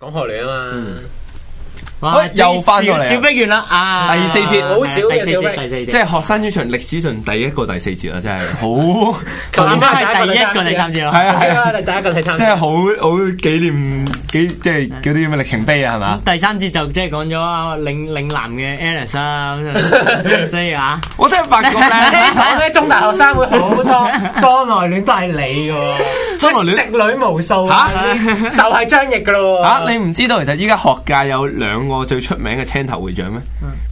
講學聯啊嘛，嗯好又翻過嚟啊小逼完啦啊！第四節好少嘅第四小節逼第四節，即係學生主場歷史上第一個第四節啊啦，真係 好，頭咁先都都係係第第一一個個第第三三節節咯。係啊係先啦，啊，第一個第三即係節，好好紀念幾即係嗰啲咁嘅歷程碑啊，係嘛？咁嗯第三節就即係講咗啊嶺嶺南嘅 Alice 啦， 咁就即係啊，我真係發覺咧， 講咧中大學生會好 多莊內戀都係你嘅喎，莊內戀食女無數啊，嚇就係張譯嘅咯喎，啊，你唔知道其實依家學界有兩個最出名嘅青頭會長咩？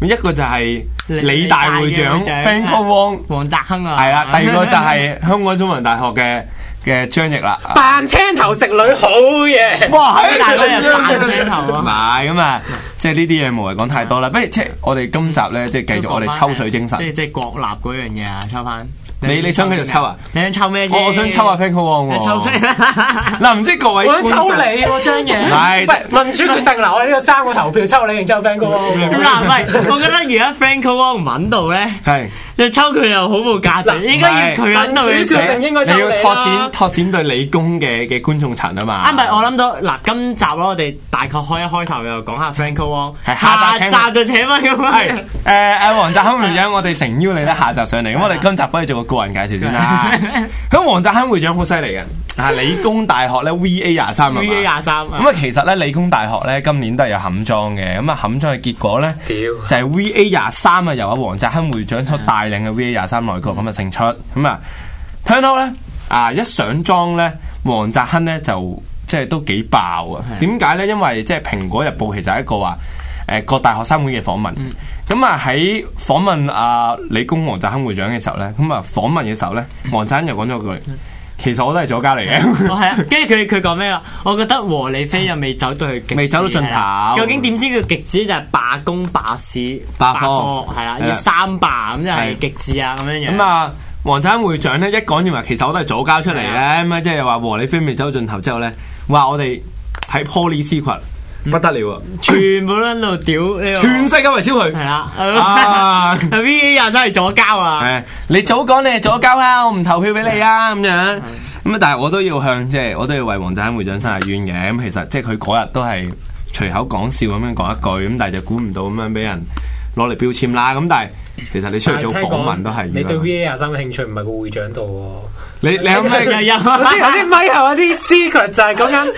咁一個就係理大會長理嗯大會長 Franco Wong，黃澤亨啊，係啦，第二個就 係香港中文大學嘅嘅張翼啦。扮青頭食女好嘢，哇，喺大佬又扮青頭啊嗯 唔係咁啊，即係呢啲嘢無謂講太多啦。不如即係我哋今集咧，即係繼續我哋抽水精神即。係即係國立嗰樣嘢啊，抽翻。你你想繼續抽啊？你想抽咩先？我我想抽下 Franco Wong 你抽喎。咩？ 嗱，唔知各位我想觀眾抽你喎張唔譯，係即係喂民主決定啦，我哋呢度三個投票抽你，然之後 friend 嗱，唔係，我覺得如果 Franco Wong 唔揾到咧，係。你抽佢又好冇價值，應該要佢揾到你民主先決。定應該抽你你要啦拓展拓展對理工嘅嘅觀眾層啊嘛。啊，唔係，我諗到嗱，今集咯，我哋大概開一開頭又講下 Franco Wong，係下集請下集就請翻佢翻係嚟。誒誒，黃澤亨會長，我哋誠邀你咧下集上嚟，咁我哋今集幫你做個個人介紹先啦。咁黃澤亨會長好犀利嘅，啊理工大學咧 V A 廿 三啊嘛 V A 廿三，咁啊，其實咧理工大學咧今年都係有冚莊嘅，咁啊冚莊嘅結果咧屌就係 V A 廿三啊，由阿黃澤亨會長所帶領嘅 V A 廿三內閣咁啊勝出，咁啊 turn out 咧啊一上莊咧，黃澤亨咧就即係都幾爆啊！點解咧？因為即係《蘋果日報》其實係一個話誒各大學生會嘅訪問，咁啊喺訪問啊理工黃澤亨會長嘅時候咧，咁啊訪問嘅時候咧，黃澤亨就講咗句：其實我都係左交嚟嘅。哦，係啊，跟住佢佢講咩啊？我覺得和理非又未走到去極致，未走到盡頭係啦究竟點先叫極致？就係罷工、罷市、罷課係啦，係啦要三罷咁就係係極致啊咁樣樣。咁啊，黃生會長咧一講完話，其實我都係左交出嚟係嘅，咁啊即係話和你飛未走盡頭之後咧，話我哋睇 Poly C 群不得了啊，全部都喺度屌呢個，全世界圍超係佢。 啦啊 ，V 廿三係左交啊，誒，你早講你係左交啦，我唔投票俾你啊，咁樣。咁啊，但係我都要向即係我都要為黃澤亨會長伸下冤嘅。咁其實即係佢嗰日都係隨口講笑咁樣講一句，咁但係就估唔到咁樣俾人攞嚟標籤啦。咁但係其實你出嚟做訪問都係你對咁樣 V A 廿三嘅興趣唔係個會長度你你有 又啊咩？又喎，頭先頭先 Michael 嗰啲 secret 就係講緊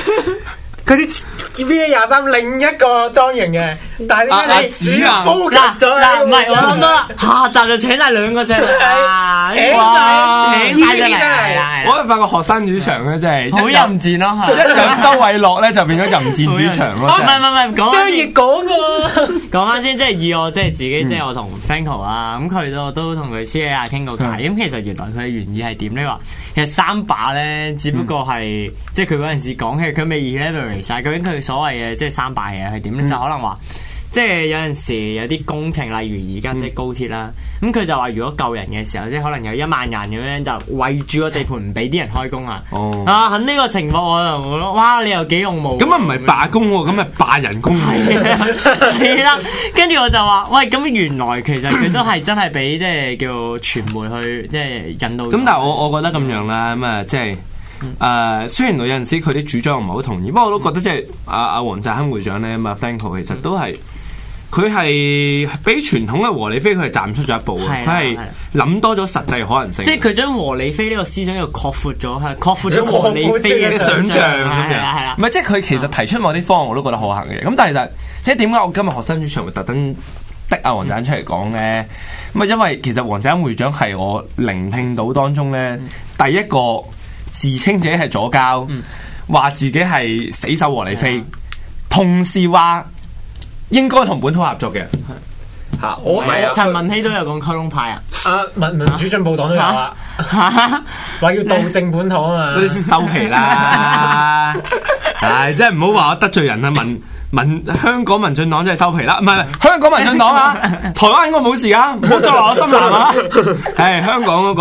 嗰啲 V A 廿三另一個莊型嘅，但係點解你阿子啊主 focus 咗嗱喺啊唔個會係長我諗到啦，下集就請晒兩個 正啊，請哇晒請晒出呢啲嚟，真係係啦係啦我係發覺學生主場咧，真係好一淫賤咯，一有周偉樂咧就變咗淫戰主場咯唔，係唔係唔係，張講翻先譯講啊喎，講翻先，即係以我即係自己，嗯即係我同 Franco 啊，咁佢都都同佢私底下傾過嗯偈。咁其實原來佢嘅原意係點呢？話其實三把咧，只不過嗯係即係佢嗰陣時講起，佢未 elaborate 晒究竟佢所謂嘅即係三把嘢係點嗯咧？就可能話。即係有陣時有啲工程，例如而嗯家即係高鐵啦，咁佢就話如果救人嘅時候，即係可能有一萬人咁樣就圍住個地盤唔俾啲人開工啊！哦啊，喺呢個情況我就覺得哇，你又幾勇武喎咁啊唔係罷工喎，咁啊罷人工喎。 係啊啦，跟住我就話：喂，咁原來其實佢都係真係俾即係叫傳媒去即係引導。咁但係我我覺得咁樣啦，咁啊即係誒，雖然我有陣時佢啲主張我唔係好同意，不過我都覺得即係阿嗯阿黃澤亨會長咧，咁啊 Franco 其實都係。佢係比傳統嘅和理非，佢係站出咗一步嘅，係佢啦係係啦諗多咗實際可能性。即係佢將和理非呢個思想又擴闊咗，係擴 闊咗和理非嘅想想像像。咁啊係啦係啊樣，啦唔，係即係佢其實提出某啲方案我都覺得可行嘅。咁但係就係即係點解我今日學生主場會特登的阿黃澤恩出嚟講咧？咁啊，因為其實黃澤恩會長係我聆聽到當中咧第一個自稱自己係左膠，嗯話自己係死守和理啊非，同時話應該同本土合作嘅。嚇！我啊我陳文希都有講溝通派 啊， 啊民民主進步黨都有啊，話要導正本土啊嘛嗰。啲收皮 啦！唉，真係唔好話我得罪人啊！民民香港民進黨真係收皮啦，唔係唔係香港民進黨 啊，台灣應該冇事啊，唔好再話我深藍 啊！係香港嗰、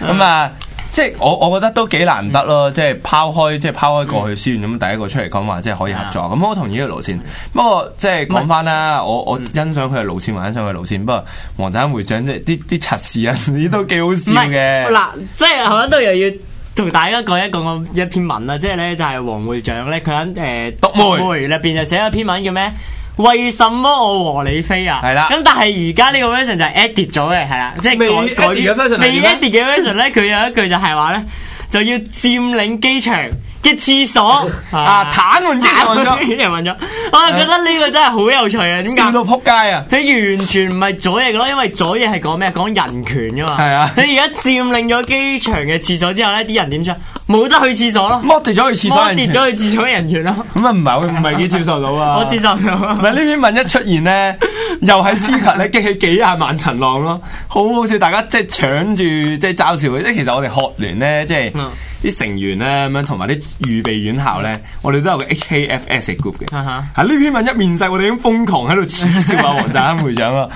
個咁啊，即係我我覺得都幾難得咯，即係拋開即係拋開過去先咁，第一個出嚟講話即係可以合作，咁我同意呢個路線。不過即啊係嗯講翻啦，我我欣賞佢嘅路線，還欣賞佢嘅路線。不過黃振會長即係啲啲柒事啊，都幾好 唔笑係嘅。嗱，即係喺度又要同大家講一講我一篇文啊啦，即係咧就係黃會長咧，佢喺誒讀媒入邊就寫咗篇文叫咩？為什麼我和你飛啊？係啦咁但係而家呢個 version 就係 edit 咗嘅，係啦，即係未改改 edit 嘅 version 係未點咧 edit 嘅 version 咧，佢有一句就係話咧，就要佔領機場嘅廁所 啊， 癱瘓機場咗，啲人問 咗，我係覺得呢個真係好有趣啊！點解笑？到撲街啊！佢完全唔係左翼咯，因為左翼係講咩？講人權噶嘛。係啊佢而家佔領咗機場嘅廁所之後咧，啲人點算？冇得去廁所咯，剝奪咗佢廁所剝人奪權，咗去廁所人員咯。咁啊唔係好唔係幾接受到 啊！我接受唔到啊唔。係呢篇文一出 現咧，又喺 C 級咧激起幾廿萬層浪咯，好好笑！大家即係搶住即係嘲笑佢。即係其實我哋學聯咧，即係嗯啲成員咧咁樣，同埋啲預備院校咧，我哋都有個 HKFS 嘅 group 嘅。啊哈喺呢篇文一面世，我哋已經瘋狂喺度恥笑啊黃澤恩會 長啊！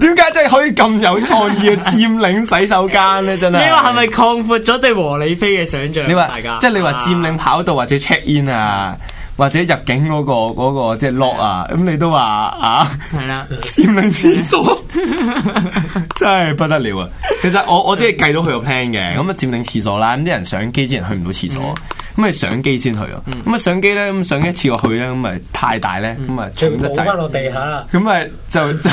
點解真係可以咁有創意嘅佔領洗手間咧？真 你係話係咪擴闊咗對和理非嘅想像？啊 你話大家即係你話佔領跑道或者 check in 啊，或者入境嗰、個嗰、個即係 lock 啊，咁你都話啊係啦， 佔領廁所， 真係不得了啊！其實我我即係計到佢個 plan 嘅，咁啊佔領廁所啦，咁啲人上機之前去唔到廁所，咁你上機先去啊，咁啊上機咧咁上一次過去咧，咁咪太大咧，咁咪重全部得冇翻滯，落地下啦。咁咪 就就。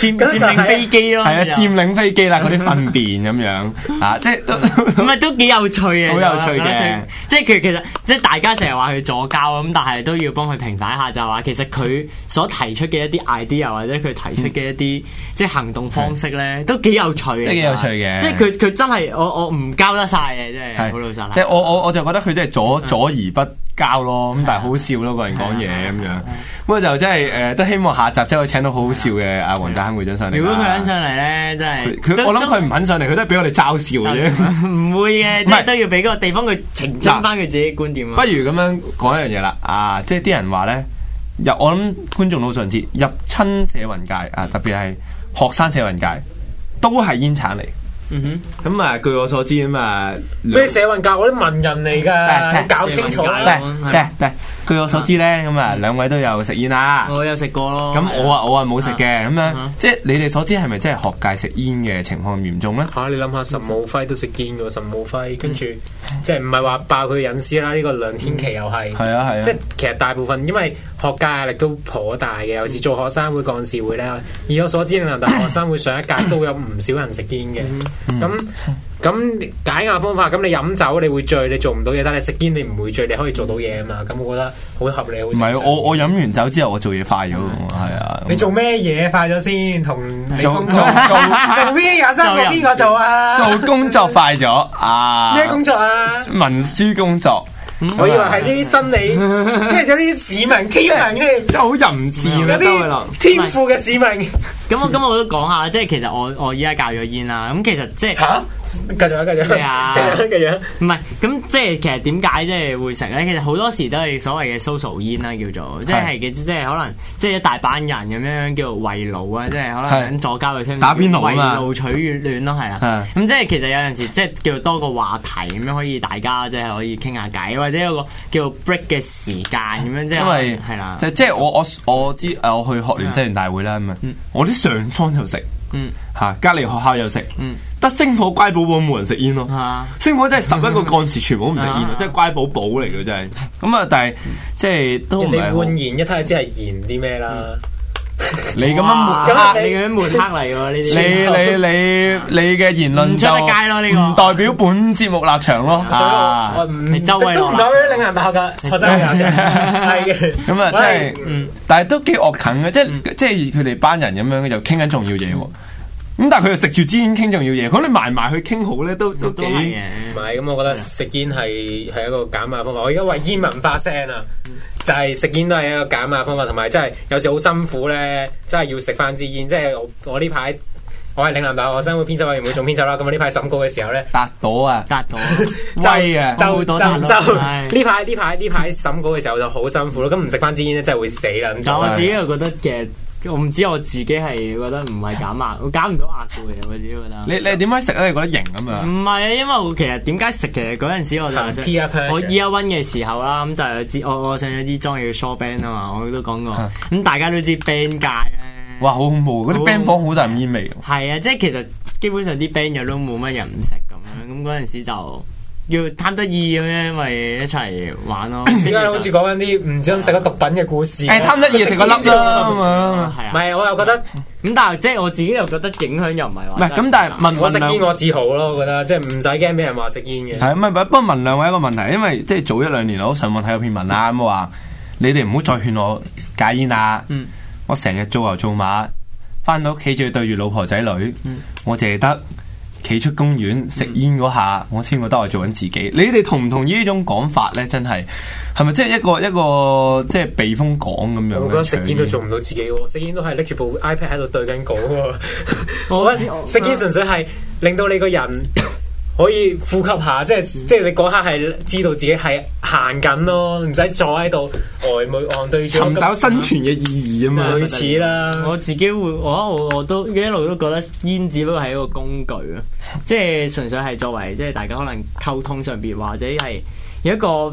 佔咁就係佔領飛機咯。係啊，就佔領飛機啦，嗰啲糞便咁樣啊，即係都 咁啊都幾有趣嘅，好有趣我嘅覺得佢即係佢其實即係大家成日話佢左交咁，但係都要幫佢平反一下，就係話其實佢所提出嘅一啲 idea 或者佢提出嘅一啲即係行動方式咧，都幾有趣嘅。都幾有趣嘅即係佢佢真係我我唔交得晒嘅，真係好老實。嗯即係我我我就覺得佢真係左左而不交啊咯，咁但係好笑咯，個人講嘢咁樣。咁啊就真係誒，都希望下集真係可以請到好好笑嘅阿黃澤亨會長上嚟啦。如果佢肯上嚟咧，真係佢都我諗佢唔肯上嚟，佢都係俾我哋嘲笑嘅啫。都唔會嘅，即唔係係都要俾個地方佢澄清翻佢自己嘅觀點不啊。如咁樣講一樣嘢啦，啊，即係啲人話咧，入我諗觀眾都想知，入親社運界啊，特別係學生社運界，都係煙產嚟。嗯咁啊，據我所知咁啊，咩社運界嗰啲文人嚟㗎，係你搞清楚社運啦界。啊嗯唔係唔係據我所知咧，咁啊，兩位都有食煙啦哼，。我有食過咯。啊咁我啊我啊冇食嘅，咁樣哦啊即係你哋所知係咪真係學界食煙嘅情況嚴重咧？嚇、啊你諗下，岑武輝都食煙嘅喎，岑武輝跟住即係唔係話爆佢隱私啦？呢、個梁天琪又係。係啊係啊即係其實大部分，因為學界壓力都頗大嘅，尤其是做學生會幹事會咧。嗯以我所知，嶺南大學生會上一屆都有唔少人食煙嘅。啊嗯咁咁解壓方法，咁你飲酒你會醉，你做唔到嘢；但係你食煙你唔會醉，你可以做到嘢啊嘛。咁我覺得好合理，好唔正常係我我飲完酒之後我做嘢快咗喎，係啊。嗯你做咩嘢快咗先？同李做峰做 做 V 廿三個邊個做啊？做工作快咗啊？咩工作啊？文書工作，我以為係啲生 理，即係有啲市民天民嘅，真係好淫賤有啊！周偉樂啲天賦嘅市民。咁 我咁我都講下啦，即係其實我我依家戒咗煙啦，咁其實即係。 吓？繼續啊，繼續咩啊啊，繼續啊，繼續啊。唔係，咁即係其實點解即係會食咧？其實好多時都係所謂嘅 social 煙啦，叫做即係即係可能即係一大班人咁樣叫做圍爐啊，即係可能係喺左交嘅聽打邊爐啊嘛圍爐取暖咯，係啦。咁即係其實有陣時即係叫做多個話題咁樣，可以大家即係可以傾下偈，或者有個叫做 break 嘅時間咁樣，即係因為係啦，就即係我我我知誒，我去學聯職員大會啦咁啊，我啲上莊就食嗯嚇，隔離學校又食嗯，得星火乖寶寶冇人食煙咯。啊星火真係十一個幹事全部都唔食煙嗯啊啊！真係乖寶寶嚟嘅真係。咁啊，但係即係都人唔係哋好換言一睇就知係言啲咩啦。你咁樣抹咁黑啊哇你咁樣抹黑嚟喎呢你啲。你你你嘅言論唔出就得街咯呢個唔代表本節目立場咯我啊！唔你周圍都落唔啦代表嶺南大學嘅學生會學生 係嘅。咁啊，即喂嗯係，但係都幾惡啃嘅，即係即係佢哋班人咁樣就傾緊重要嘢喎。嗯咁但係佢又食住支煙傾重要嘢，咁你埋埋去傾好咧，都都都係幾嘅。唔係，咁我覺得食煙係係一個減壓方法。我而家為煙民發聲啊，就係食煙都係一個減壓方法，同埋真係有時好辛苦咧，真係要食翻支煙。即係我我呢排我係嶺南大學學生會編輯委員會總編輯啦，咁我呢排審稿嘅時候 咧。達到啊，達 到。威啊！就好就多就贊咯唉呢排呢排呢排審稿嘅時候就好辛苦咯，咁唔食翻支煙咧真係會死啦咁但就我自己又覺得嘅，我唔知我自己係覺得唔係減 壓，我減唔到壓嘅喎，我自己覺得。你你點解食咧？你覺得型咁啊唔？係啊，因為我其實點解食嘅嗰陣時我就係行 peer pressure 想我 year one 嘅時候啦，咁就有支我我上咗支裝嘢叫 short band 啊嘛，我都講過。咁大家都知 band 界咧，啊啊哇，好恐怖！啊嗰啲好 band 房好大陣煙味喎。係啊，即係其實基本上啲 band 友都冇乜人唔食咁樣，咁嗰陣時就要貪得意咁樣，咪一齊玩 咯。點解好 似講緊啲唔小心食咗毒品嘅故事？誒貪得意食個粒啫咁樣。係唔啊？係，我又覺得咁但係即係我自己又覺得影響又唔係話唔係咁，但係問我問食兩煙我自豪咯，我覺得即係唔使驚俾人話食煙嘅。係唔係不過問兩位一個問題，因為即係早一兩年我上網睇有篇文啦，咁話你哋唔好再勸我戒煙啦。嗯我成日做牛做馬，翻到屋企仲要對住老婆仔女，嗯我淨係得企出公園食煙嗰下，我先覺得我做緊自己。你哋同唔同意呢種講法呢？真係係咪即係一個一個即係避風港咁樣？我覺得食煙都做唔到自己喎，食煙都係拎住部 iPad 喺度對緊稿喎。哦我覺哦得食煙純粹係令到你個人可以呼吸下，即係嗯即係你嗰刻係知道自己係行緊咯，唔使坐喺度呆冇望對住。尋找生存嘅意義啊嘛。類似啦，我自己會，我我我都一路都覺得煙只不過係一個工具咯，即係純粹係作為即係大家可能溝通上邊，或者係有一個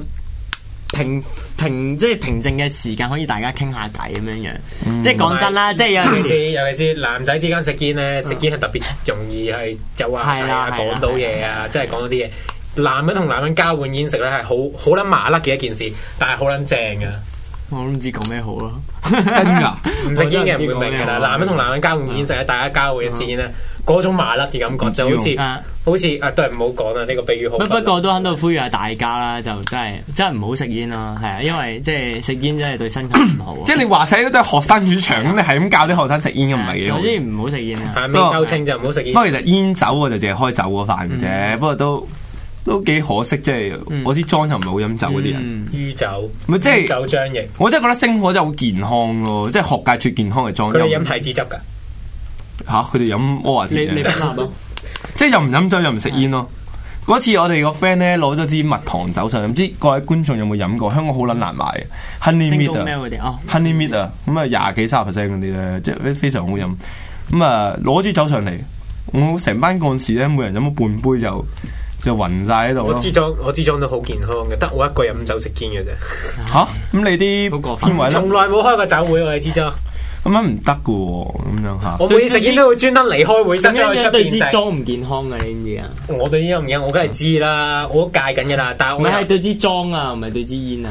平平即係平靜嘅時間，可以大家傾下偈咁樣樣。嗯即係講真啦，即係有尤陣其時是 尤其是男仔之間食煙咧，食煙係特別容易係有話題係嗯啦啊，係啦講到嘢啊，即係講到啲嘢。男人同男人交換煙食咧係好好撚麻甩嘅一件事，但係好撚正嘅。 我都唔知講咩好咯。真㗎，唔食煙嘅人唔會明㗎啦，嗯男我都唔知講咩好啊嗯人同男人交換煙食咧，大家交換一支煙咧，嗰種麻甩嘅感覺就好似啊好似啊，都係唔好講啦，呢個比喻好不不不倫。過都喺度呼籲下大家啦，就真係真係唔好食煙啦，係啊，因為即係食煙真係對身體唔 好啊。即係你話晒都係學生主場，咁你係咁教啲學生食煙咁唔係幾好總之唔好食煙啊。係未夠清就唔好食不煙。過其實煙酒我就淨係開酒嗰飯嘅啫，嗯不過都都幾可惜，即係我知莊又唔係好飲酒嗰啲人，嗯酗酒，咪即係酗酒張翼，我真係覺得星火真係好健康咯，即係學界最健康嘅莊。佢哋飲提子汁㗎，嚇，佢哋飲柯華你田你嗯嘅，分下咯，啊即係又唔飲酒又唔食煙咯。嗰次我哋個 friend 咧攞咗支蜜糖酒上嚟，唔知各位觀眾有冇飲過？香港好撚難買嘅 honey 星 mead 高啊咩嗰啲哦， honey mead 啊，咁啊廿幾三十 percent 嗰啲咧，即係非常好飲。咁啊攞支酒上嚟，我成班幹事咧，每人飲咗半杯就就暈晒喺度我咯。支裝我支裝都好健康嘅，得我一個飲酒食煙嘅啫，吓，咁你啲嗰個邊位咧從？來冇開過酒會我哋支裝，咁樣唔得嘅喎，咁樣嚇。我每次食煙都會專登離開會室出咁去樣出樣對支邊食。裝唔健康嘅，你知唔知啊？我對呢樣嘢我梗係知啦，我都戒緊㗎啦，但係唔我係係對支裝啊，唔係對支煙啊。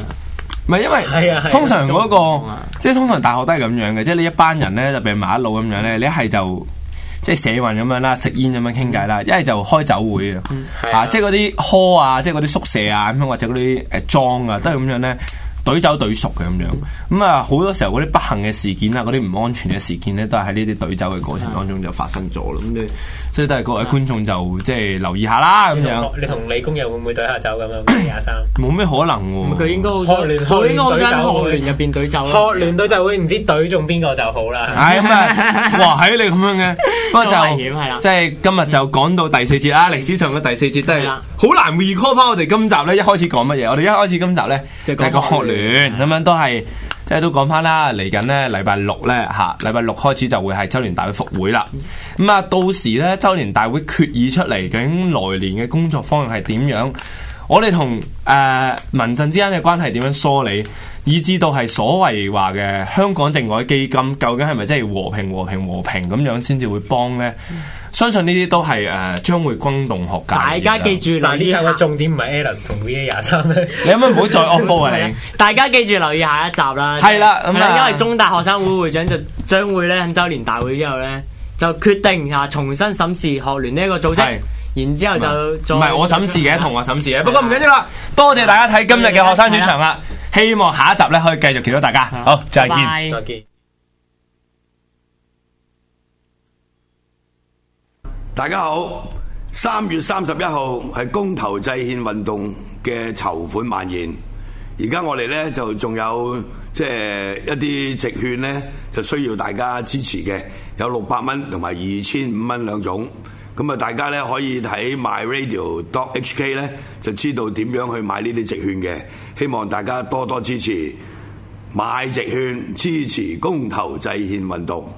唔係因係啊係為啊通常嗰中個啊即係通常大學都係咁樣嘅，即係你一班人咧就譬如埋一路咁樣咧，你一係就即係社運咁樣啦，食煙咁樣傾偈啦，一係就開酒會啊。係啊，啊即係嗰啲 hall 啊，即係嗰啲宿舍啊，咁樣或者嗰啲誒莊啊，都係咁樣咧，隊酒隊熟嘅咁樣。咁啊，好多時候嗰啲不幸嘅事件啊，嗰啲唔安全嘅事件咧，都係喺呢啲隊酒嘅過程當中就發生咗咯。咁你所以都係各位啊觀眾就即係留意下啦，咁你樣同你同理工又會唔會對下酒咁 樣廿三？冇咩可能喎。佢應該好想，學聯佢應該好想學聯喺隊學聯入邊隊走學聯隊就會唔知隊中邊個就好啦。唉 咁啊，哇！喺你咁樣嘅，不過就好啊危險係啦即係今日就講到第四節啦，歷史上嘅第四節都係係啦好難 recall 翻我哋今集咧一開始講乜嘢。我哋一開始今集咧就就係係講講學學聯聯咁樣都係。即係都講翻啦，嚟緊咧禮拜六咧嚇，禮拜六開始就會係周年大會復會啦。咁啊，到時咧周年大會決議出嚟，究竟來年嘅工作方向係點樣？我哋同誒民陣之間嘅關係點樣梳理，以至到係所謂話嘅香港政改基金，究竟係咪真係和平和平和平咁樣先至會幫呢？相信呢啲都係誒、呃、將會轟動學界。大家記，住留但係呢集意下嘅重點唔係 Alice 同 V A 廿三咧，你可唔可以唔好再 off ball 啊係啊你？大家記住留意下一集啦。係啦咁啊係因為中大學生會會長就將會咧喺周年大會之後咧，就決定啊重新審視學聯呢一個組係織，然之後就再啊唔係我審視嘅，同學審視嘅。不過唔緊要啦，多謝大家睇今日嘅學生主場啦。希望下一集咧可以繼續見到大家。好，再見。啊拜拜再見。大家好，三月三十一號係公投制憲運動嘅籌款蔓延，而家我哋呢，就仲有即係一啲直券呢，就需要大家支持嘅，有六百蚊同埋二千五蚊兩種。咁啊，大家咧可以睇 myradio.hk 咧，就知道點樣去買呢啲直券嘅。希望大家多多支持買直券，支持公投制憲運動。